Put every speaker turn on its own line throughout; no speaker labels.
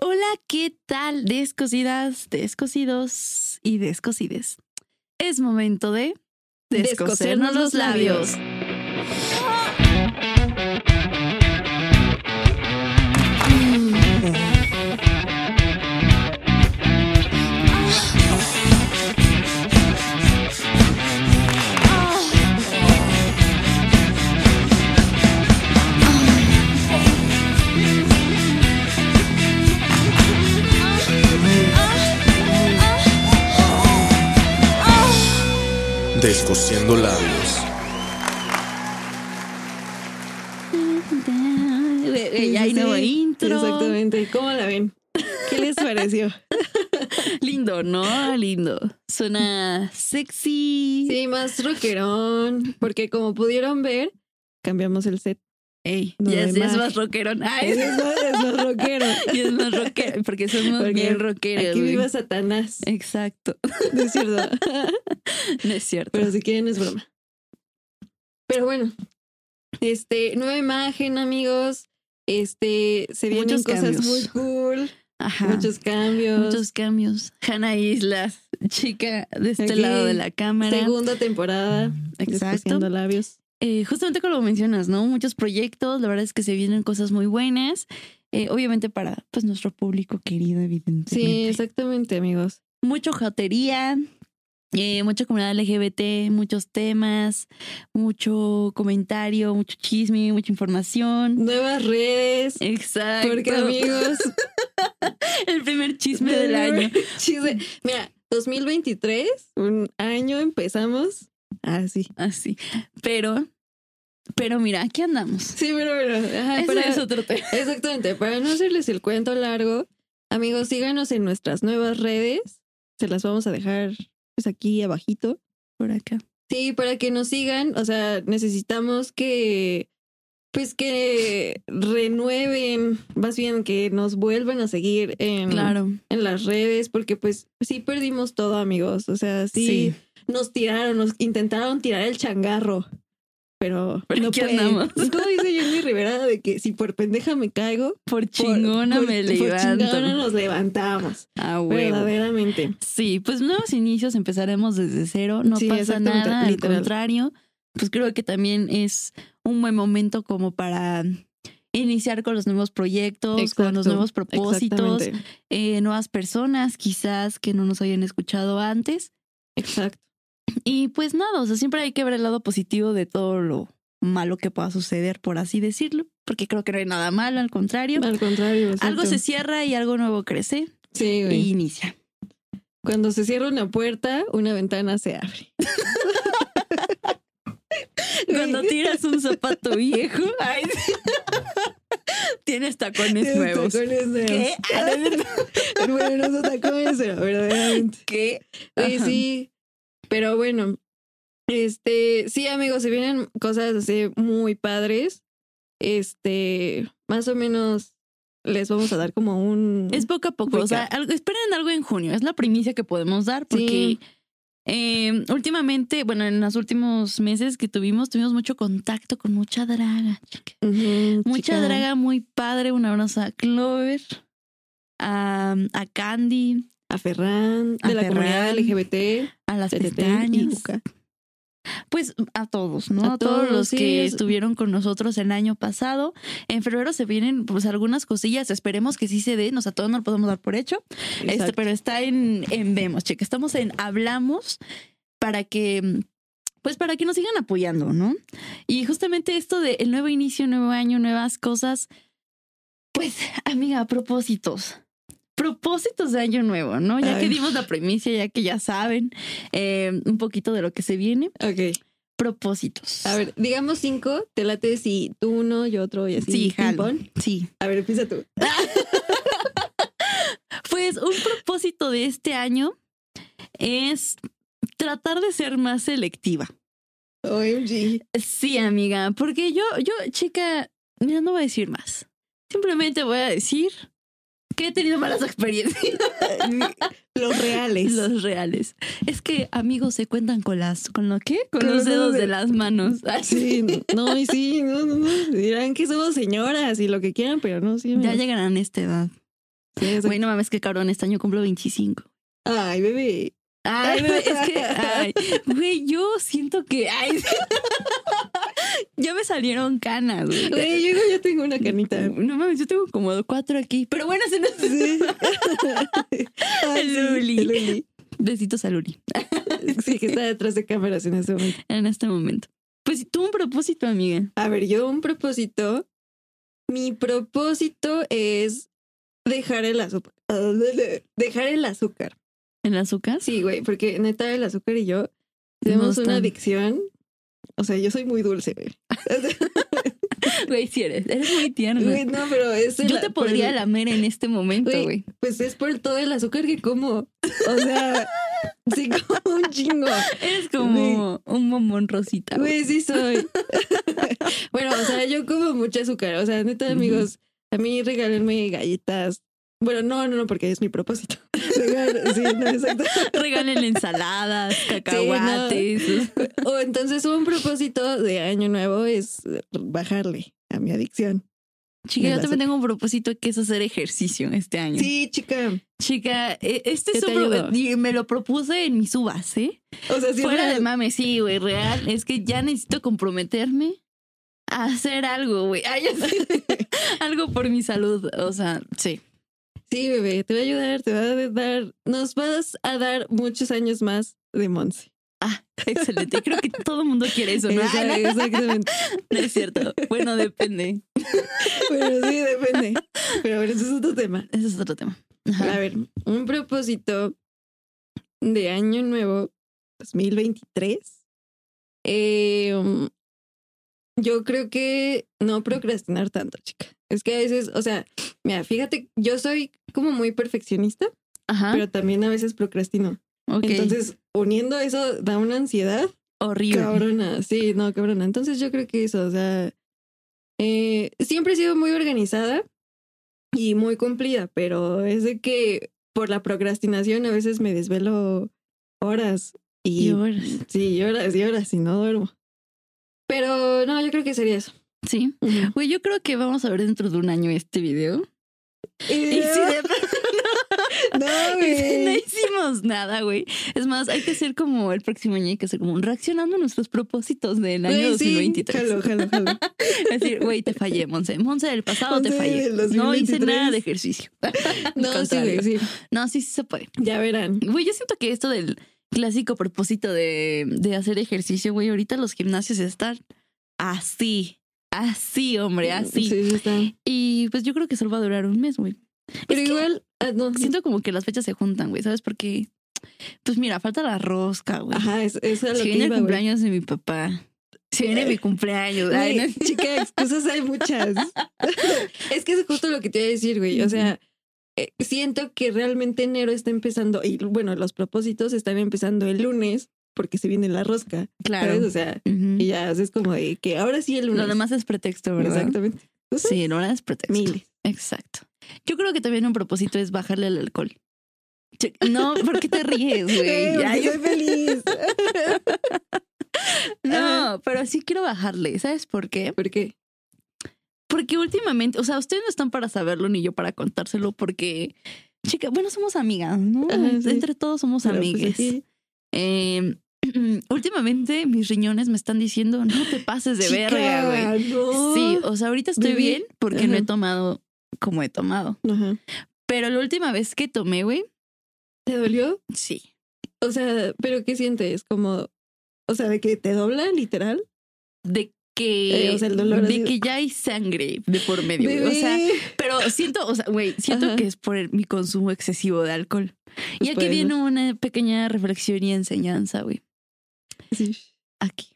Hola, ¿qué tal? Descosidas, descosidos y descosides. Es momento de descosernos los labios.
Descosiendo labios.
Güey, Ya hay nuevo
Sí,
intro.
Exactamente. ¿Cómo la ven? ¿Qué les pareció?
Lindo, ¿no? Lindo. Suena sexy.
Sí, más rockerón. Porque como pudieron ver, cambiamos el set.
Ey,
No
ya,
hay
es- ya es
más.
más rockerón. Ay,
Es más, es más rockero.
ya es más rockero. Porque somos
Porque
bien rockeros.
Aquí
güey.
viva Satanás.
Exacto.
No es cierto.
No es cierto.
Pero si quieren es broma. Pero bueno. Este, nueva imagen, amigos. Este, se vienen
Muchos
cosas
cambios.
muy cool.
Ajá.
Muchos cambios.
Muchos cambios. Hanna Islas, chica de este
Aquí,
lado de la cámara.
Segunda temporada.
Exacto.
Descosiendo labios.
Eh, justamente como lo mencionas, ¿no? Muchos proyectos, la verdad es que se vienen cosas muy buenas. Eh, obviamente para pues nuestro público querido, evidentemente.
Sí, exactamente, amigos.
Mucho jotería, eh, mucha comunidad LGBT, muchos temas, mucho comentario, mucho chisme, mucha información.
Nuevas redes.
Exacto.
Porque amigos,
El primer chisme del año.
Chisme. Mira, 2023, un año empezamos así.
Así. Ah, Pero, pero mira, aquí andamos.
Sí, pero bueno, ajá,
Ese
para-
es otro tema.
exactamente, para no hacerles el cuento largo, amigos, síganos en nuestras nuevas redes. Se las vamos a dejar pues aquí abajito.
Por acá.
Sí, para que nos sigan, o sea, necesitamos que pues que renueven, más bien que nos vuelvan a seguir en,
Claro.
en las redes, porque pues sí perdimos todo, amigos. O sea, sí,
Sí.
nos tiraron, nos intentaron tirar el changarro. Pero,
Pero
no
aquí
puede.
andamos.
Es como dice Jenny Rivera de que si por pendeja me caigo,
Por
por-
chingona
por-
me
por chingona
levanto.
nos levantamos.
A huevo.
Verdaderamente.
Sí, pues nuevos inicios, empezaremos desde cero, no
Sí,
pasa
exactamente,
nada, al
literal.
contrario, pues creo que también es un buen momento como para iniciar con los nuevos proyectos, con los
Exacto,
nuevos propósitos,
Exactamente.
eh, nuevas personas quizás que no nos hayan escuchado antes.
Exacto.
Y pues nada, o sea, siempre hay que ver el lado positivo de todo lo malo que pueda suceder, por así decirlo, porque creo que no hay nada malo, al contrario.
Al contrario.
Algo
exacto.
se cierra y algo nuevo crece
Sí,
e
güey.
inicia.
Cuando se cierra una puerta, una ventana se abre.
Cuando
Güey.
tiras un zapato viejo, ay, sí. tienes tacones
Tienes
nuevos.
tacones nuevos.
¿Qué? Ah,
Bueno, nos atacó eso, verdaderamente.
¿Qué?
Sí,
Ajá.
sí. Pero bueno, este, sí, amigos, se vienen cosas así muy padres. Este, más o menos les vamos a dar como un.
Es poco a poco. O sea, algo- esperen algo en junio. Es la primicia que podemos dar porque
Sí.
eh, últimamente, bueno, en los últimos meses que tuvimos, tuvimos mucho contacto con mucha draga. chica.
Ujú,
Mucha
chica.
draga muy padre. Un abrazo a Clover, a, a Candy,
A Ferran,
A
de la comunidad
Ferran,
LGBT,
a las
TTT y
pestañas.
Juca.
Pues a todos, ¿no? A,
A
todos,
todos,
los
sí,
que
es-
estuvieron con nosotros el año pasado. En febrero se vienen pues algunas cosillas, esperemos que sí se den, o sea, todos no lo podemos dar por hecho, Este,
Exacto.
pero está en, en Vemos, cheque, estamos en Hablamos para que, pues para que nos sigan apoyando, ¿no? Y justamente esto de el nuevo inicio, nuevo año, nuevas cosas, pues amiga, propósitos. Propósitos de año nuevo, ¿no? Ya
Ay.
que dimos la premisa, ya que ya saben eh, un poquito de lo que se viene
Ok.
propósitos.
A ver, digamos cinco, te late si tú uno, yo otro y así.
Sí, jalo.
ping-pong.
Sí.
A ver, empieza tú.
Pues un propósito de este año es tratar de ser más selectiva.
OMG.
Sí, amiga, porque yo, yo, chica, mira, no voy a decir más. Simplemente voy a decir que he tenido malas experiencias.
Los reales.
Los reales. Es que amigos se cuentan con las, ¿con lo qué? Con, los dedos de las manos. Así.
Sí, no, y sí, no, no, no. Dirán que somos señoras y lo que quieran, pero no, sí.
Ya
no.
llegarán a esta edad.
Sí, exacto.
Güey, no mames, qué cabrón, este año cumplo 25.
Ay, bebé.
Ay, güey, es que, ay, güey, yo siento que, ay, ya me salieron canas, güey.
Güey, yo digo, yo tengo una canita.
No mames, yo tengo como cuatro aquí. Pero bueno, se nos...
Sí. Ay, sí,
Luli.
el Luli.
Besitos a Luri
Sí, que está detrás de cámaras en ese momento.
en este momento. Pues tú un propósito, amiga.
A ver, yo un propósito. Mi propósito es dejar el azúcar. Dejar el azúcar.
¿En las azúcar?
Sí, güey, porque neta el azúcar y yo tenemos
Nos
una
tan-
adicción. O sea, yo soy muy dulce, güey.
Güey, sí eres. Eres muy tierna.
Güey, no, pero es el-
Yo te
por el-
podría lamer en este momento,
Güey,
güey.
Pues es por todo el azúcar que como. O sea, sí como un chingo.
Eres como un bombón rosita. güey.
Güey, sí soy. bueno, o sea, yo como mucho azúcar. O sea, neta,
Ujú.
amigos, a mí regálenme galletas. Bueno, no, no, no, porque es mi propósito. Regal- sí, no, exacto.
Regalen ensaladas, cacahuates.
O entonces un propósito de año nuevo es bajarle a mi adicción.
Chica,
Del
yo también
azúcar.
tengo un propósito que es hacer ejercicio este año.
Sí, chica.
Chica, e- este
Yo
es
te
un pro-
ayudo.
y me lo propuse en mis uvas, ¿eh?
O sea, sí,
Fuera
real.
de mame, sí, güey, real. Es que ya necesito comprometerme a hacer algo, güey. Ay, ya sé. algo por mi salud. O sea, sí.
Sí, bebé, te va a ayudar, te va a dar, nos vas a dar muchos años más de Monse.
Ah, excelente. Creo que todo el mundo quiere eso, ¿no?
Esa- Exactamente.
Eh, No es cierto. Bueno, depende.
Bueno, sí, depende. Pero bueno, ese es otro tema.
Ese es otro tema.
A ver, un propósito de año nuevo 2023. Eh, um, yo creo que no procrastinar tanto, chica. Es que a veces, o sea, mira, fíjate, yo soy como muy perfeccionista,
Ajá.
pero también a veces procrastino.
Ah. ok.
Entonces, uniendo eso da una ansiedad
horrible.
cabrona. Sí, no, cabrona. Entonces, yo creo que eso, o sea, eh, siempre he sido muy organizada y muy cumplida, pero es de que por la procrastinación a veces me desvelo horas y,
Y horas.
sí, y horas y horas y no duermo. Pero no, yo creo que sería eso.
Sí.
Ujú.
Güey, yo creo que vamos a ver dentro de un año este video. Y si de
no,
Y si no
güey.
hicimos nada, güey. Es más, hay que hacer como el próximo año, hay que hacer como un reaccionando a nuestros propósitos del año
Güey, sí,
2023.
jalo, jalo, jalo.
Es decir, güey, te fallé, Monse. Monse del pasado te
Monse
fallé.
del
No hice
2023.
nada de ejercicio. Al
No, sí,
contrario.
güey, sí.
No, sí, sí se puede.
Ya verán.
Güey, yo siento que esto del clásico propósito de, de hacer ejercicio, güey, ahorita los gimnasios están así. Así, hombre, así.
Mm, Sí, sí está.
Y pues yo creo que solo va a durar un mes, güey.
Pero
Es que-
igual, ah, no.
Siento como que las fechas se juntan, güey, ¿sabes? Porque, pues mira, falta la rosca, güey.
Ajá, es, es a lo
Se
que
viene el
iba, güey.
cumpleaños de mi papá. Se viene mi cumpleaños. Ay,
Güey,
no es-
chica, excusas hay muchas. es que es justo lo que te iba a decir, güey. O sea, eh, siento que realmente enero está empezando, y bueno, los propósitos están empezando el lunes, porque se viene la rosca, ¿sabes?
Claro.
O sea,
Ujú.
y ya o sea, es como de que ahora sí el lunes.
Lo demás es pretexto, ¿verdad?
Exactamente.
Sí, lo demás es pretexto.
Miles.
Exacto. Yo creo que también un propósito es bajarle al alcohol. Che- No, ¿por qué te ríes,
Eh,
güey?
porque
Ay,
soy feliz.
No, pero sí quiero bajarle. ¿Sabes por qué?
¿Por qué?
Porque últimamente, o sea, ustedes no están para saberlo ni yo para contárselo porque, chica, bueno, somos amigas, ¿no?
Ajá, sí.
Entre todos somos
Pero, pues,
amigues.
aquí-
Eh, últimamente mis riñones me están diciendo, no te pases de
Chica,
verga, güey.
no.
Sí, o sea, ahorita estoy
Viví.
bien porque no he
Ajá.
tomado como he tomado.
Ajá.
Pero la última vez que tomé, güey,
¿Te dolió?
sí.
O sea, ¿pero qué sientes? Como, o sea, de que te dobla literal.
De que,
Eh, o sea, el dolor
de
así-
que ya hay sangre de por medio, güey. O
Bebé.
sea, pero siento, o sea, güey, siento
Ajá.
que es por el- mi consumo excesivo de alcohol. Y
Pues
aquí
puede
viene una pequeña reflexión y enseñanza, güey.
sí.
Aquí.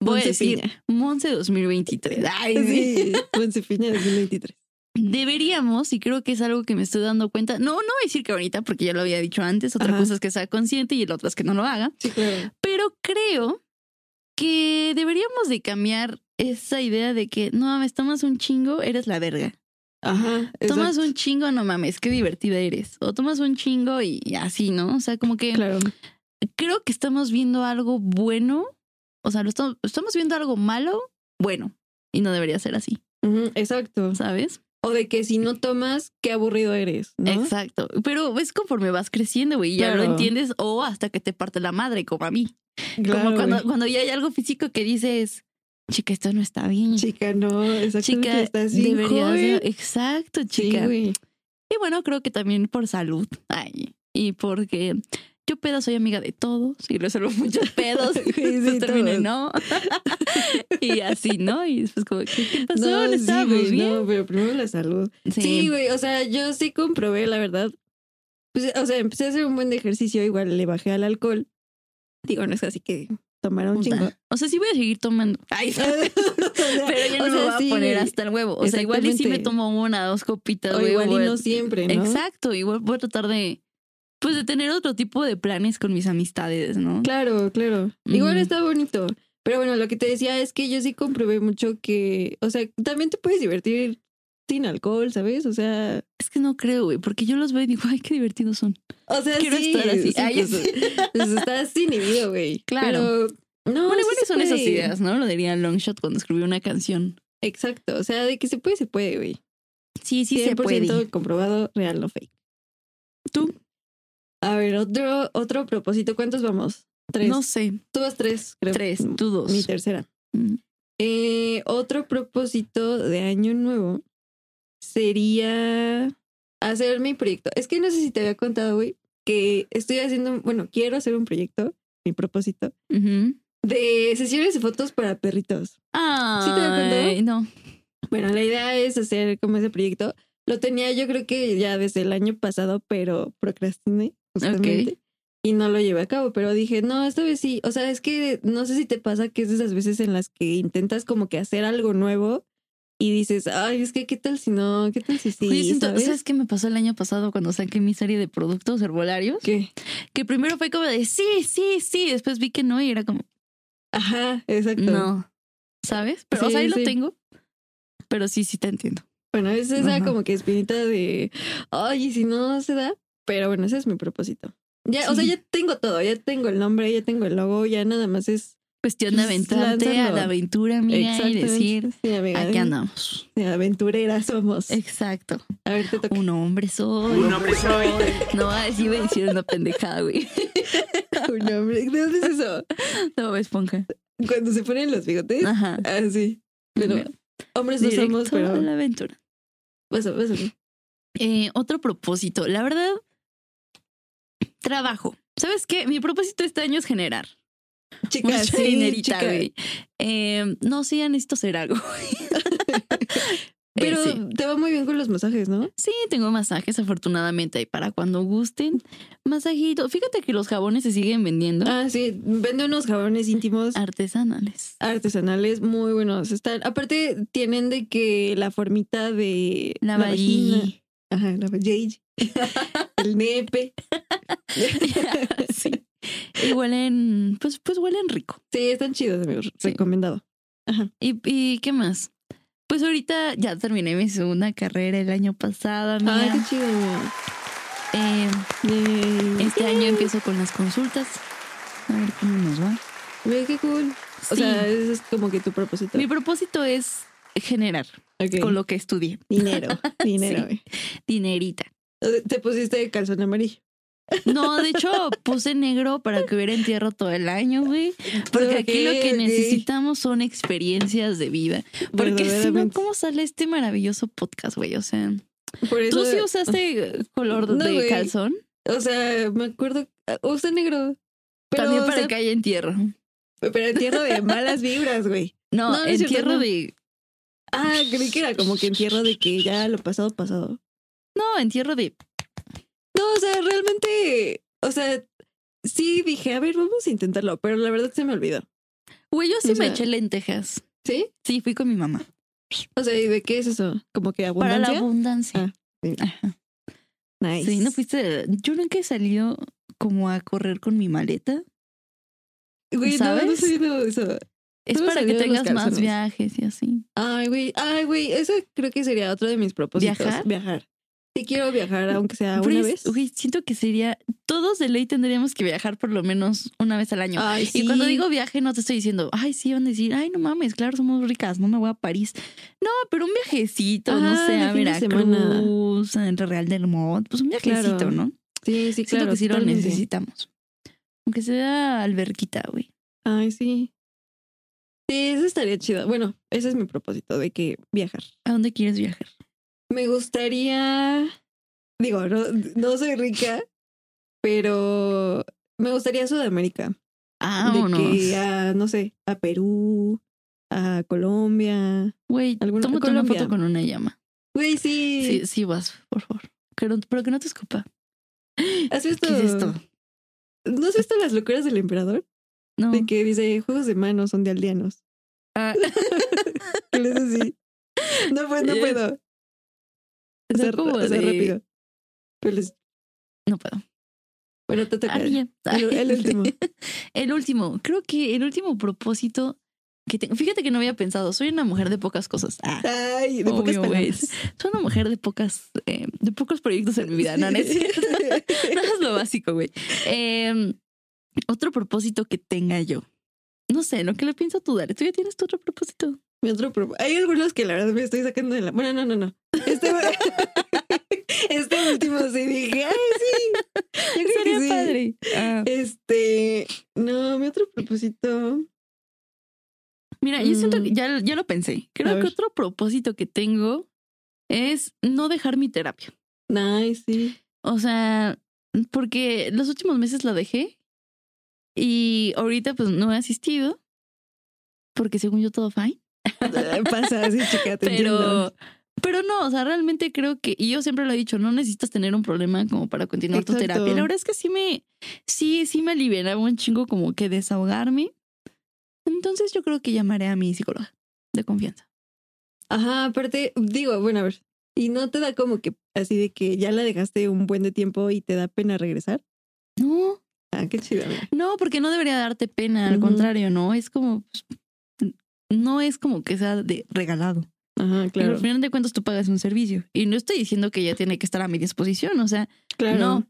Voy a
Ponce
decir,
Piña.
Monse 2023. Ay, sí.
Sí, Ponce Piña 2023.
deberíamos, y creo que es algo que me estoy dando cuenta, no, no voy a decir que ahorita, porque ya lo había dicho antes, otra
Ajá.
cosa es que sea consciente y la otra es que no lo haga,
Sí, claro.
pero creo que deberíamos de cambiar esa idea de que, no mames, tomas un chingo, eres la verga.
Ajá.
Tomas
exacto.
un chingo, no mames, qué divertida eres. O tomas un chingo y y así, ¿no? O sea, como que
Claro.
creo que estamos viendo algo bueno, o sea, lo estamos, estamos viendo algo malo, bueno, y no debería ser así,
Ujú, exacto.
¿sabes?
O de que si no tomas, qué aburrido eres, ¿no?
Exacto. Pero es conforme vas creciendo, güey, ya lo
Claro.
entiendes o hasta que te parte la madre, como a mí.
Claro,
como cuando,
güey.
cuando ya hay algo físico que dices, chica, esto no está bien.
Chica, no, exacto.
Chica,
estás bien
deberías de-
joven.
Exacto,
Sí,
chica.
güey.
y bueno, creo que también por salud. Ay, y porque yo pedo soy amiga de todos y resuelvo muchos pedos. y
Sí, sí,
después termino en no.
todos.
y así, ¿no? Y después como, ¿qué, qué pasó?
No,
No,
sí,
Pues estábamos
güey,
bien.
no, pero primero la salud. Sí, güey, o sea, yo sí comprobé, la verdad. Pues, o sea, empecé a hacer un buen de ejercicio, igual le bajé al alcohol. Digo, no es así que tomara un chingo. Ah,
O sea, sí voy a seguir tomando. Ay, Pero ya no
O
me
sea,
voy
sí,
a poner
güey.
hasta el huevo. O sea, igual y si me
Exactamente.
tomo una, dos copitas,
O
güey,
igual
voy
y
a-
no siempre, ¿no?
Exacto, igual voy a tratar de, pues de tener otro tipo de planes con mis amistades, ¿no?
Claro, claro. Igual
Ujú.
está bonito. Pero bueno, lo que te decía es que yo sí comprobé mucho que, o sea, también te puedes divertir sin alcohol, ¿sabes? O sea,
Es que no creo, güey, porque yo los veo y digo, ay, qué divertidos son.
o sea,
Quiero
Ah, sí,
estar así.
sí,
Ay,
pues,
sí.
pues, estás inhibido, güey.
Claro.
Pero, no,
bueno,
sí
igual
se
son esas
puede.
ideas, ¿no? Lo diría Longshot cuando escribió una canción.
Exacto, o sea, de que se puede, se puede, güey.
Sí, sí se
100%
puede.
comprobado, real, no fake. ¿Tú? A ver, otro, otro propósito. ¿Cuántos vamos? Tres.
No sé,
Tú vas tres, creo. Mm,
tres, tú dos.
Mi tercera.
Mm.
Eh, otro propósito de año nuevo sería hacer mi proyecto. Es que no sé si te había contado, güey, que estoy haciendo, bueno, quiero hacer un proyecto, mi propósito,
Ujú.
de sesiones de fotos para perritos.
Ay, no.
Bueno, la idea es hacer como ese proyecto. Lo tenía yo creo que ya desde el año pasado, pero procrastiné justamente. Y no lo llevé a cabo, pero dije, no, esta vez sí. O sea, es que no sé si te pasa que es de esas veces en las que intentas como que hacer algo nuevo y dices, ay, es que qué tal si no, qué tal si sí.
Oye, siento-
¿sabes?
¿sabes qué me pasó el año pasado cuando saqué mi serie de productos herbolarios?
¿Qué?
Que primero fue como de sí, sí, sí. Después vi que no y era como,
Ajá, exacto.
no. ¿Sabes? Pero, o sea,
Sí,
ahí lo
sí.
tengo. Pero sí, sí te entiendo.
Bueno, es esa
Ajá.
como que espinita de, oye, si no se da, pero bueno, ese es mi propósito. Ya, O sea,
Sí.
ya tengo todo, ya tengo el nombre, ya tengo el logo, ya nada más es
Cuestión de
Pues,
aventarte a
lánzalo.
la aventura, amiga, y
Exactamente.
decir,
Sí, amiga,
aquí andamos.
sí, aventureras somos.
Exacto.
A ver, te toca.
Un hombre soy.
Un hombre soy.
No, así iba a decir una pendejada, güey.
Un nombre. ¿De dónde es eso?
No, Bob esponja.
Cuando se ponen los bigotes.
Ajá.
Ah, sí. Pero
Mira,
hombres no
Directo
somos,
a
pero. pues,
la aventura.
Pasa, pasa.
Eh, otro propósito. La verdad, trabajo. ¿Sabes qué? Mi propósito este año es generar.
Chica,
Mucha
sí,
dinerita,
chica.
güey. Eh, no, sí, ya necesito hacer algo.
Pero
Eh, sí.
te va muy bien con los masajes, ¿no?
Sí, tengo masajes afortunadamente y para cuando gusten, masajitos. Fíjate que los jabones se siguen vendiendo
Ah, sí. Vende unos jabones íntimos
Ah. artesanales.
artesanales muy buenos. Están. Aparte, tienen de que la formita de.
La
vagina.
vallí.
Ajá, la vajilla. El nepe.
sí. Y huelen, pues, pues huelen rico.
Sí, están chidos, amigos.
Sí.
Recomendado.
¿Y, y qué más? Pues ahorita ya terminé mi segunda carrera el año pasado,
Ay,
amiga.
Ah, qué chido.
Eh,
Yay.
este año empiezo con las consultas. A ver cómo nos va.
Ve qué cool. O
Sí.
sea, ese es como que tu propósito.
mi propósito es generar
Ok.
con lo que estudié.
Dinero, dinero. güey.
Dinerita.
O sea, Te pusiste de calzón amarillo.
No, de hecho, puse negro para que hubiera entierro todo el año, güey. Porque aquí lo
Ok,
que
ok.
necesitamos son experiencias de vida. Porque si no,
Verdaderamente.
¿cómo sale este maravilloso podcast, güey? O sea,
Por eso,
¿tú sí usaste color
No,
de
güey.
calzón?
O sea, me acuerdo. uh, Usé negro. Pero,
También para
o sea,
que haya entierro.
pero entierro de malas vibras, güey.
No,
No, no es cierto,
entierro
no.
de.
Ah, creí que era como que entierro de que ya lo pasado, pasado.
No, entierro de.
No, o sea, realmente. O sea, sí dije, a ver, vamos a intentarlo, pero la verdad se me olvidó.
Güey, yo sí
O
me
sea-
eché lentejas.
¿Sí?
Sí, fui con mi mamá.
O sea, ¿y de qué es eso? Como que
Para la
abundancia. Ah.
abundancia.
sí.
Ajá.
Nice.
Sí, no fuiste. Yo nunca he salido como a correr con mi maleta.
Güey, no, no
¿Sabes?
soy de eso.
Es
Tú me
para que
salieron los
tengas más
calzones.
viajes y así.
Ay, güey, ay, güey, eso creo que sería otro de mis propósitos.
¿Viajar?
Viajar. Sí quiero viajar, aunque sea una
Pues,
vez.
uy, siento que sería. Todos de ley tendríamos que viajar por lo menos una vez al año.
Ay,
Y cuando
Ah, sí.
digo viaje, no te estoy diciendo, ay, sí, van a decir, ay, no mames, claro, somos ricas, no me voy a París. No, pero un viajecito, no
Ah,
sé,
de
a
fin de
Veracruz, a Real del Monte, pues un viajecito,
Claro,
¿no?
Sí, sí,
Siento
claro.
que sí lo
totalmente.
necesitamos. Aunque sea alberquita, güey.
Ay, sí. Sí, eso estaría chido. Bueno, ese es mi propósito de que viajar.
¿A dónde quieres viajar?
Me gustaría, digo, no, no soy rica, pero me gustaría Sudamérica.
Ah,
De que a, no sé, a Perú, a Colombia.
Güey,
alguna-
tómate una
Colombia.
foto con una llama.
Güey, sí.
Sí, sí, vas, por favor. Pero, pero que no te escupa.
¿Has visto?
¿Qué es esto?
¿No has visto las locuras del emperador?
No.
De que dice, juegos de manos son de aldeanos.
Ah.
Que le hace así. No, pues no
Ya.
puedo.
Son
Hacer,
Eh, como
hacer
de-
rápido. Pero les-
No puedo.
bueno, te toca.
Ah, ya.
El, el último.
El último, creo que el último propósito que tengo. Fíjate que no había pensado, soy una mujer de pocas cosas. Ah,
Ay, de pocas
Obvio, güey.
palabras.
soy una mujer de pocas, eh, de pocos proyectos en mi vida, no, no es cierto. Nada más lo básico, güey. Eh, otro propósito que tenga yo. No sé, lo que le pienso tú, Dale. Tú ya tienes tu otro propósito.
Mi otro pro- Hay algunos que la verdad me estoy sacando de la. Bueno, no, no, no. Este, este último sí dije, ay, sí. Yo creo que
Sería
sí.
padre. Ah,
Este, no, mi otro propósito.
mira, yo siento que
Mm.
ya, ya lo pensé.
A
Creo que
ver.
otro propósito que tengo es no dejar mi terapia.
Ay, sí.
O sea, porque los últimos meses la dejé y ahorita pues no he asistido porque según yo todo fine,
Pasa así, chica, te entiendo.
pero pero no, o sea, realmente creo que y yo siempre lo he dicho, no necesitas tener un problema como para continuar tu
Exacto.
terapia. La verdad es que sí me sí sí me liberaba un chingo como que desahogarme. Entonces yo creo que llamaré a mi psicóloga de confianza.
Ajá, aparte, digo, bueno, a ver. ¿Y no te da como que así de que ya la dejaste un buen de tiempo y te da pena regresar?
No,
Ah, qué chido. mira.
No, porque no debería darte pena, al
Ujú.
contrario, no, es como, pues, no es como que sea de regalado.
Ajá,
Pero
claro.
al final de cuentas tú pagas un servicio y no estoy diciendo que ya tiene que estar a mi disposición, o sea,
Claro.
no,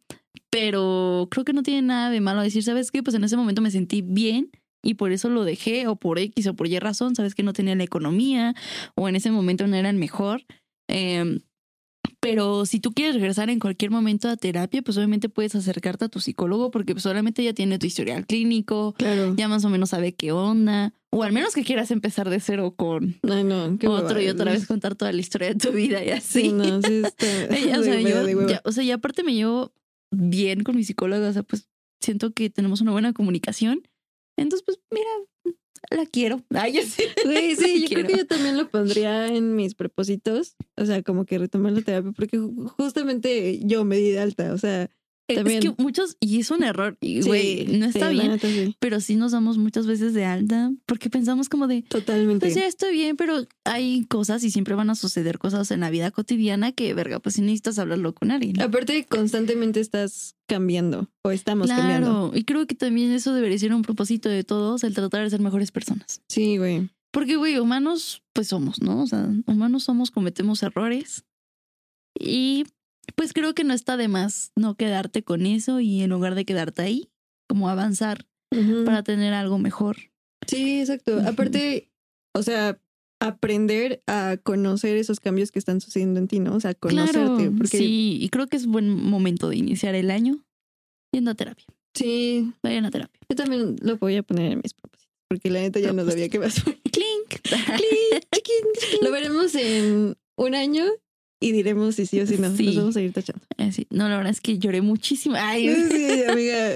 pero creo que no tiene nada de malo decir, ¿sabes qué? Pues en ese momento me sentí bien y por eso lo dejé o por X o por Y razón, ¿sabes que no tenía la economía o en ese momento no era el mejor? Em, pero si tú quieres regresar en cualquier momento a terapia, pues obviamente puedes acercarte a tu psicólogo porque pues solamente ya tiene tu historial clínico,
Claro.
ya más o menos sabe qué onda, o al menos que quieras empezar de cero con
Ay, no, qué
otro
hueva.
y otra vez contar toda la historia de tu vida y así.
Sí, no, sí está.
Ella, o,
de
sea,
hueva,
yo-
de hueva.
ya- o sea, y aparte me llevo bien con mi psicóloga, o sea, pues siento que tenemos una buena comunicación. Entonces, pues mira, la quiero. Ay, ya sé.
Güey, sí, yo
Quiero.
creo que yo también lo pondría en mis propósitos. O sea, como que retomar la terapia, porque ju- justamente yo me di de alta. O sea, También.
Es que muchos, y es un error, y, güey,
sí,
no está
sí, la
bien,
neta sí.
pero sí nos damos muchas veces de alta porque pensamos como de,
Totalmente.
pues ya estoy bien, pero hay cosas y siempre van a suceder cosas en la vida cotidiana que, verga, pues sí necesitas hablarlo con alguien.
Aparte, constantemente estás cambiando o estamos cambiando.
Claro, y creo que también eso debería ser un propósito de todos, el tratar de ser mejores personas.
Sí, güey.
Porque, güey, humanos, pues somos, ¿no? O sea, humanos somos, cometemos errores. Y pues creo que no está de más no quedarte con eso y en lugar de quedarte ahí, como avanzar
Ujú.
para tener algo mejor.
Sí, exacto.
Ujú.
Aparte, o sea, aprender a conocer esos cambios que están sucediendo en ti, ¿no? O sea, conocerte.
claro,
porque
sí, y creo que es buen momento de iniciar el año yendo a terapia.
sí,
Vayan a terapia.
yo también lo voy a poner en mis propósitos. Porque la neta ya no sabía qué más.
Clink.
Lo veremos en un año y diremos si sí o si no.
Sí.
Nos vamos a ir tachando.
Así. Eh, No, la verdad es que lloré muchísimo. Ay,
Sí, amiga.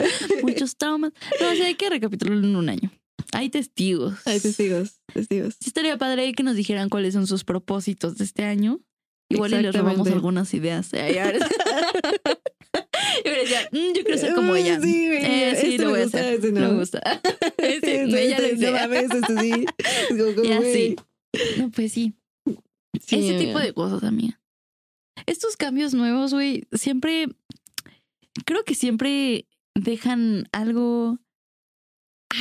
muchos traumas. No, o sea, hay que recapitularlo en un año. Hay testigos.
Hay testigos, testigos.
Sí estaría padre que nos dijeran cuáles son sus propósitos de este año. Igual y les robamos
Exactamente.
algunas ideas. Ay, ahora- yo decía, mm, yo quiero ser como
Uy,
ella.
Ah, Sí, güey.
Eh, sí,
este
lo
me
voy a
gusta,
hacer.
este no.
Me gusta. Sí,
Este,
no, ella lo
este,
hice.
no mames, este sí. Es como, como,
Ya,
güey.
sí. No, pues sí.
Sí,
Ese tipo
amiga.
de cosas, amiga. Estos cambios nuevos, güey, siempre. Creo que siempre dejan algo.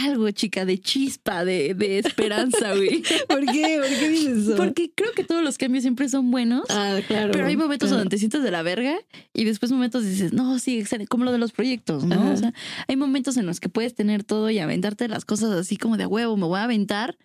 algo, chica, de chispa, de, de esperanza, güey.
¿Por qué? ¿Por qué dices eso?
Porque creo que todos los cambios siempre son buenos.
Ah, claro.
Pero hay momentos
claro.
donde te sientes de la verga y después momentos dices, no, sí, excelente", como lo de los proyectos, ¿no?
Ajá.
O sea, hay momentos en los que puedes tener todo y aventarte las cosas así como de "A huevo, me voy a aventar,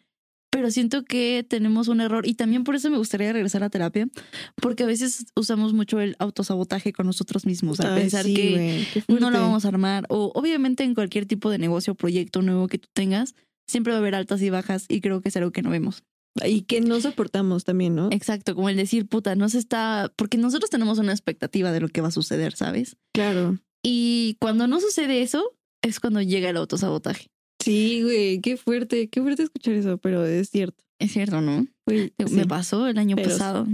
pero siento que tenemos un error y también por eso me gustaría regresar a terapia, porque a veces usamos mucho el autosabotaje con nosotros mismos, al
Ay,
pensar
sí,
que
güey, qué
no
fuerte.
la vamos a armar o obviamente en cualquier tipo de negocio o proyecto nuevo que tú tengas, siempre va a haber altas y bajas y creo que es algo que no vemos.
Y que no soportamos también, ¿no?
Exacto, como el decir, puta, no se está, porque nosotros tenemos una expectativa de lo que va a suceder, ¿sabes?
Claro.
Y cuando no sucede eso, es cuando llega el autosabotaje.
Sí, güey, qué fuerte, qué fuerte escuchar eso, pero es cierto.
Es cierto, ¿no?
Güey,
Te-
sí.
Me pasó el año
Pero sí.
pasado.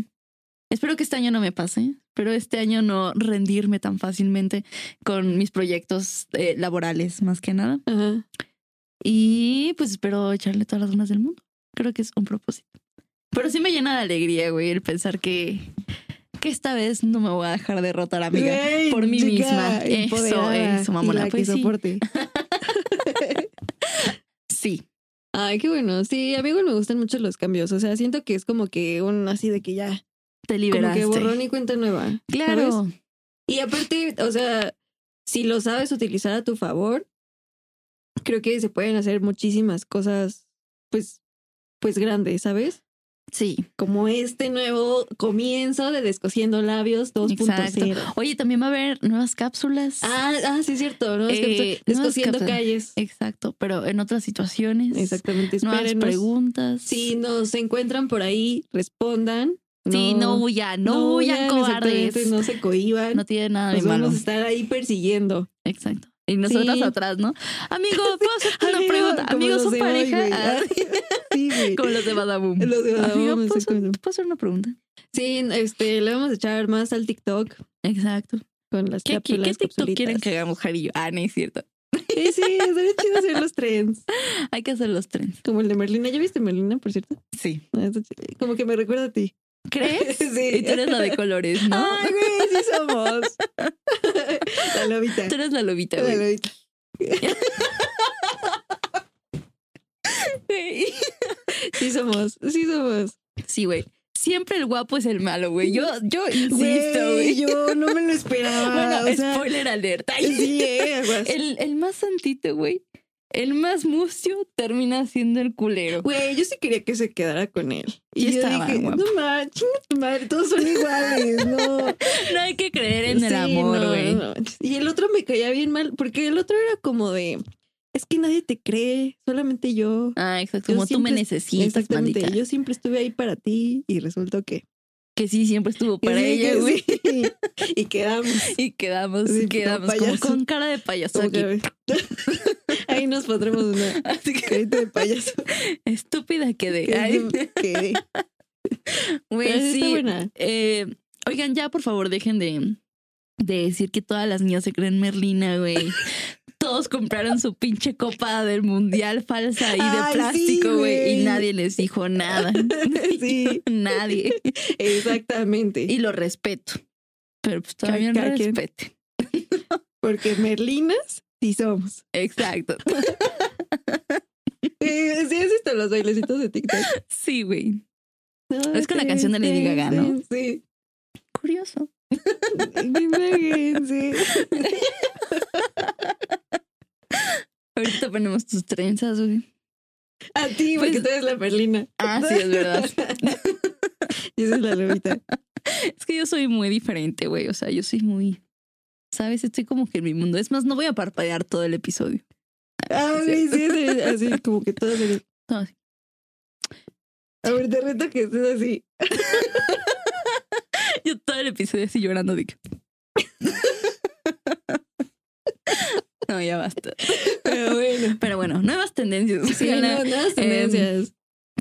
Espero que este año no me pase, pero este año no rendirme tan fácilmente con mis proyectos eh, laborales, más que nada.
Ajá.
Y pues espero echarle todas las ganas del mundo. Creo que es un propósito. Pero sí me llena de alegría, güey, el pensar que, que esta vez no me voy a dejar derrotar, amiga.
Güey,
por mí
chica
misma. Eso,
empoderada
eso,
y
mamona.
la
Pues
que
sí.
soporte.
Sí.
Ay, qué bueno. Sí, a mí igual me gustan mucho los cambios. O sea, siento que es como que un así de que ya,
Te
como
liberaste.
que borrón y cuenta nueva.
claro.
¿sabes? Y aparte, o sea, si lo sabes utilizar a tu favor, creo que se pueden hacer muchísimas cosas, pues, pues grandes, ¿sabes?
Sí.
Como este nuevo comienzo de Descosiendo Labios 2.0.
Oye, también va a haber nuevas cápsulas.
Ah, ah, sí, es cierto, ¿no? Es que
Eh,
estoy Descosiendo
no es que-
Calles.
Exacto, pero en otras situaciones.
Exactamente,
Nuevas
espérenos.
preguntas.
Si nos encuentran por ahí, respondan.
Sí, no huyan, no, huyan,
exactamente,
cobardes. No,
No se cohiban.
tiene nada de
nos
malo.
vamos a estar ahí persiguiendo.
Exacto. Y nosotras
Sí.
atrás, ¿no? Amigo, ¿puedo hacerte una
Amigo,
Ah, pregunta?
como
Amigos,
los
son
de hoy,
pareja.
güey.
Ah,
Sí, güey.
como los de Badaboom.
Los de Badaboom,
Amigo, pues, ¿puedo, hacer-
exactamente.
puedo hacer una pregunta?
Sí, este, le vamos a echar más al TikTok
Exacto.
con las
¿Qué, qué,
cápsulas,
qué TikTok
capsulitas.
quieren que hagamos, Jarillo? Ah, no es cierto.
Sí, sí, estaría chido hacer los trends.
Hay que hacer los trends.
Como el de Merlina. ¿Ya viste Merlina, por cierto?
Sí.
Ah, está chido. Como que me recuerda a ti.
¿Crees?
Sí.
Y tú eres la de colores, ¿no?
Ay, güey, sí somos. La lobita.
Tú eres la lobita,
La
güey.
lobita. Sí somos, sí somos.
Sí, güey. Siempre el guapo es el malo, güey. Yo, yo insisto,
Güey,
güey.
yo no me lo esperaba.
Bueno,
o sea,
spoiler alerta.
sí, eh, aguas.
El, el más santito, güey. El más mustio termina siendo el culero.
Güey, yo sí quería que se quedara con él. Y
Ya
yo
estaba
dije,
guapo.
no mames, chinga tu madre, todos son iguales, no.
No hay que creer en el
Sí,
amor,
no,
güey.
no manches. Y el otro me caía bien mal, porque el otro era como de, es que nadie te cree, solamente yo.
Ah, exacto.
Yo
Como tú me
siempre-
necesitas,
Exactamente,
maldita.
yo siempre estuve ahí para ti y resultó que...
Que sí, siempre estuvo
que
para
sí,
ella,
que
güey.
sí. y quedamos.
Y quedamos,
Sí, como
quedamos como
payaso.
con cara de payaso
Como
aquí.
que- ahí nos pondremos una
Así que
carita de payaso.
estúpida
que
quedé. Ay,
es de- que-
Güey,
pero sí está
sí.
buena.
Eh, oigan, ya por favor dejen de, de decir que todas las niñas se creen Merlina, güey. Todos compraron su pinche copa del mundial falsa y de
Ay, sí,
plástico, güey, y
güey.
nadie les dijo nada.
Sí,
nadie.
exactamente.
Y lo respeto. Pero pues todavía no
Cada quien.
respeten.
Porque Merlinas sí somos.
Exacto.
Eh, sí, es esto, los bailecitos de TikTok.
Sí, güey. Es con la canción de Lady Gaga, ¿no?
Sí.
Curioso.
Imagínense.
Ahorita ponemos tus trenzas, güey.
A ti, porque
Pues-
tú eres la Merlina.
Ah, sí, es verdad.
Y esa es la lobita.
Es que yo soy muy diferente, güey. O sea, yo soy muy. ¿Sabes? Estoy como que en mi mundo. Es más, no voy a parpadear todo el episodio.
Ah, sí, sí, sí, así como que todo así.
Todo así.
A ver, te reto que estés así.
Yo todo el episodio así llorando de que- No, ya basta.
Pero bueno.
Pero bueno, nuevas tendencias.
Sí, no,
Ojalá.
nuevas tendencias.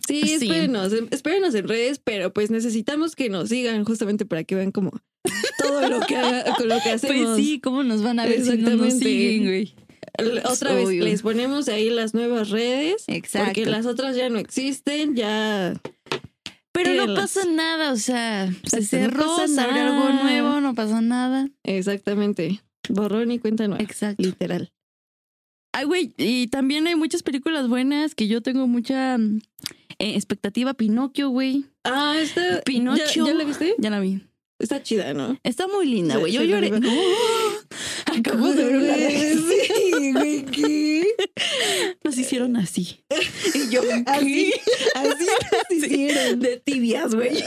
Sí,
sí.
espérenos, em- espérenos en redes, pero pues necesitamos que nos sigan justamente para que vean como todo lo que, haga- con lo que hacemos.
Pues sí, ¿cómo nos van a ver si no nos
Exactamente.
siguen, güey?
L- Otra vez
Obvio.
les ponemos ahí las nuevas redes.
Exacto.
Porque las otras ya no existen, ya.
Pero no
tírenlas.
pasa nada, o sea, se
Exacto, no
cerró,
pasa
se abrió
nada.
algo nuevo, no pasa nada.
Exactamente. Borrón y cuenta nueva.
Exacto.
Literal.
Ay, güey, y también hay muchas películas buenas que yo tengo mucha mm, eh, expectativa. Pinocchio, güey.
Ah, esta.
Pinocho.
¿Ya, ya la viste?
Ya la vi.
Está chida, ¿no?
Está muy linda,
Se-
güey. Yo
se
lloré.
duerme.
Acabo de ver una vez.
Sí, güey, ¿qué?
Nos hicieron así. Y yo, ¿qué?
Así, así nos hicieron.
De tibias, güey.
Sí.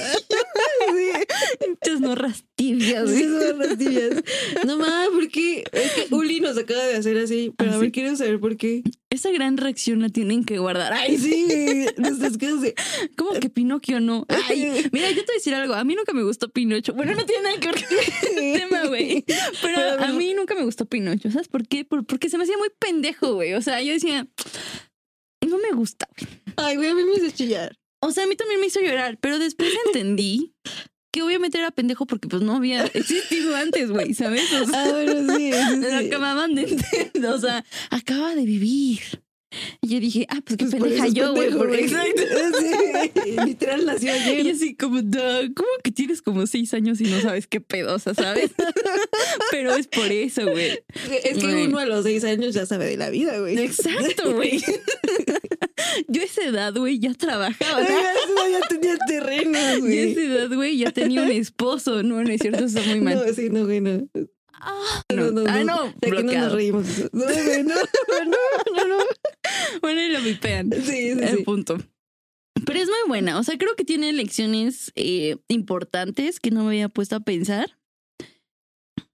Muchas morras tibias,
Así
güey.
son las tibias. No mames, porque es que Uli nos acaba de hacer así, pero a
Ah,
ver,
sí.
quiero saber por qué.
Esa gran reacción la tienen que guardar. Ay,
Ay,
sí.
sí, güey, nuestras cosas de-
¿Cómo que Pinocchio no? Ay, mira, yo te voy a decir algo. A mí nunca me gustó Pinocho. Bueno, no tiene nada que ver con el tema, güey. Pero
Pero-
a mí nunca me gustó Pinocho. ¿Sabes por qué? Por- porque se me hacía muy pendejo, güey. O sea, yo decía, no me gusta, güey.
Ay, güey, a mí me hizo chillar.
O sea, a mí también me hizo llorar, pero después entendí que obviamente era pendejo porque pues no había existido antes, güey, ¿sabes? O sea,
Ah, bueno, sí. sí,
Lo
sí.
acababan de entender, o sea, acaba de vivir. Y yo dije, ah, pues qué
Pues por
pendeja
eso es
yo, güey.
pendejo,
por-
güey.
Exacto.
Sí, literal nació ayer.
Y así como, "Duh, ¿cómo que tienes como seis años y no sabes qué pedosa, sabes? Pero es por eso, güey.
Es que
Güey.
uno a los seis años ya sabe de la vida, güey.
Exacto, güey. Yo a esa edad, güey, ya trabajaba.
Ay, Ya, ya tenía terreno,
Yo a
güey.
esa edad, güey, ya tenía un esposo. No, no es cierto, eso está muy mal.
No, sí, no, güey, no.
No, ah, no,
De aquí no nos
bloqueado.
reímos. No, güey, no, no, no, no.
Bueno, y lo vipean.
Sí, sí,
El
sí.
punto. Pero es muy buena. O sea, creo que tiene lecciones eh, importantes que no me había puesto a pensar.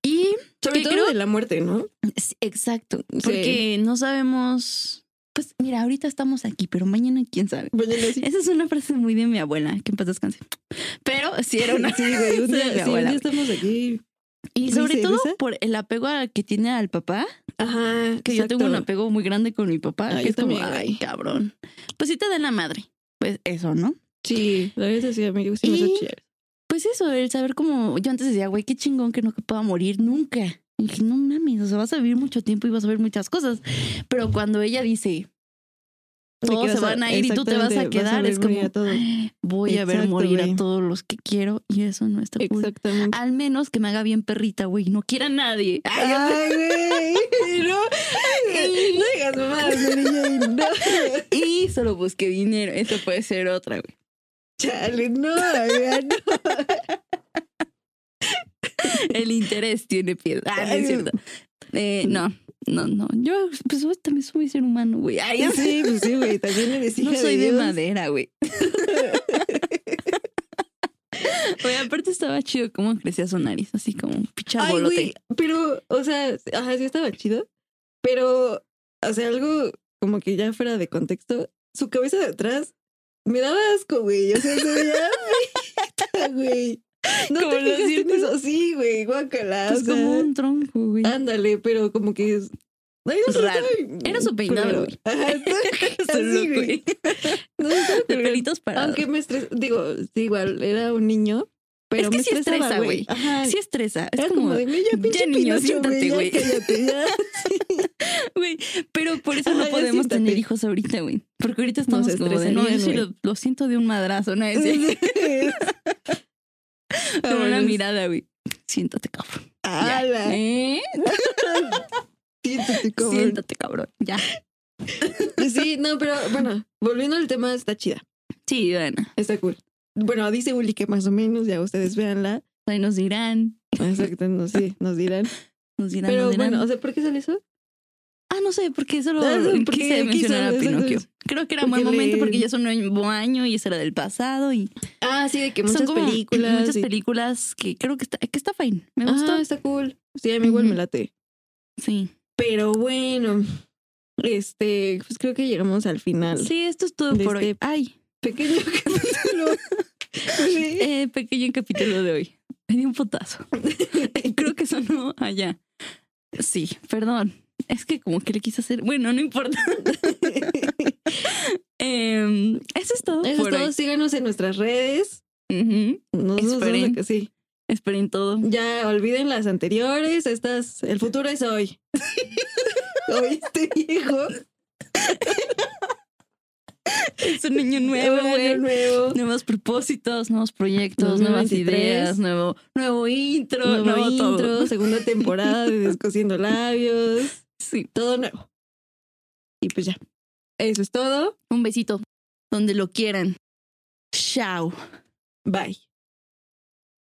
Y
Sobre
que
todo
creo-
de la muerte, ¿no?
sí, exacto.
Sí.
Porque no sabemos. Pues mira, ahorita estamos aquí, pero mañana quién sabe.
Bueno, sí.
Esa es una frase muy de mi abuela, que en paz descanse. Pero sí era una.
Sí, güey, un
Sí,
día,
mi
sí, un
abuela.
día estamos aquí.
Y sobre
Risa y
todo
risa.
por el apego al que tiene al papá,
Ajá.
que yo tengo un apego muy grande con mi papá,
Ah,
que
yo
es como,
también, güey.
ay, cabrón. Pues sí te dan la madre. Pues eso, ¿no?
Sí, la verdad sí, amigo, sí me
Y-
hizo chillar.
Pues eso, el saber como yo antes decía, güey, qué chingón que no pueda morir nunca. Y dije, no mames, o sea, vas a vivir mucho tiempo y vas a ver muchas cosas. Pero cuando ella dice,
De
todos
que
se
vas
van a ir y tú te vas a
exactamente,
quedar,
ver
es
morir
como,
a todo.
voy a ver
Exacto,
morir a
güey.
todos los que quiero y eso no está cool.
Exactamente.
Al menos que me haga bien perrita, güey, no quiera a nadie.
Ay, güey. No, no digas más, niña. No.
Y solo busqué dinero, eso puede ser otra, güey.
Chale, no, amiga, no.
El interés tiene piedra. Ah, no
Ay,
es cierto. Eh, no, no, no. Yo, pues, también soy ser humano, güey. Ay, ya
Sí, pues sí, güey. También eres hija
No soy de,
Dios.
madera, güey. Oye, aparte estaba chido cómo crecía su nariz, así como un
Ay,
pichabolote.
güey, pero, o sea, ajá, sí estaba chido. Pero, o sea, algo como que ya fuera de contexto, su cabeza de atrás me daba asco, güey. O sea, se veía feita, güey. No
Como
te
los
fijaste en
círculos.
eso. Sí, güey, guácala.
Pues
o sea, ah,
como un tronco, güey.
Ándale, pero como que es. Ay, no sé,
Raro.
estaba-
Era su peinado,
culero.
güey.
Ajá, estaba-
Estoy loco,
sí, güey.
güey.
no, estaba
De
culero.
pelitos parados.
Aunque me estresó. Digo, sí, igual, era un niño. Pero
Es que
me
sí
estresaba,
estresa, güey.
Ajá.
Sí estresa. Es
Era
como,
como de, "Ve, ya pinche
niño,
Pinocho,
siéntate,
güey,
güey".
ya cállate, ya".
güey. Pero por eso
Ay,
no
ya
podemos
siéntate.
tener hijos ahorita, güey. Porque ahorita estamos
Nos
como de, no, yo
estresarían,
sí
güey.
lo, lo siento de un madrazo, ¿no? Así,
Ah,
con una
Vámonos.
mirada, güey. Siéntate, cabrón. Ya.
Ala,
¿Eh?
siéntate, cabrón.
Siéntate, cabrón. Ya.
Sí, no, pero bueno, volviendo al tema, está chida.
Sí, bueno.
Está cool. Bueno, dice Uli que más o menos, ya ustedes véanla.
Ahí nos dirán.
Exacto, no sé, nos dirán.
Nos dirán,
Pero
nos dirán.
bueno, o sea, ¿por qué sale eso?
Ah, no sé, porque solo
Ah, no, porque
quise
quiso,
mencionar a
exacto,
Pinocchio.
exacto.
Creo que era
Porque
buen momento
le-
porque ya es un nuevo año y eso era del pasado y
Ah, sí, de que
son
muchas
como
películas.
muchas
y-
películas que creo que está, que está fine. Me
Ah,
gustó.
está cool. Sí, a mí igual me
Ujú.
late.
Sí.
Pero bueno, este, pues creo que llegamos al final.
Sí, esto es todo
De
por hoy.
este-
Ay,
Pequeño capítulo. Sí.
eh, pequeño capítulo de hoy. Me di un putazo. creo que sonó allá. Sí, perdón. Es que como que le quise hacer. Bueno, no importa. Em, eso es todo
Eso
por
es todo.
hoy.
Síganos en nuestras redes.
Ujú.
Nos nos vemos
Esperen.
acá, sí.
Esperen todo.
Ya olviden las anteriores. Estas, el futuro es hoy. ¿Oíste, viejo?
Es un niño nuevo,
Un
güey.
año nuevo.
Nuevos propósitos, nuevos proyectos,
2023.
nuevas ideas, nuevo, nuevo intro,
Nuevo
nuevo,
intro,
todo.
segunda temporada de Descosiendo Labios.
Sí.
Todo nuevo. Y pues ya. Eso es todo.
Un besito. Donde lo quieran. Chao.
Bye.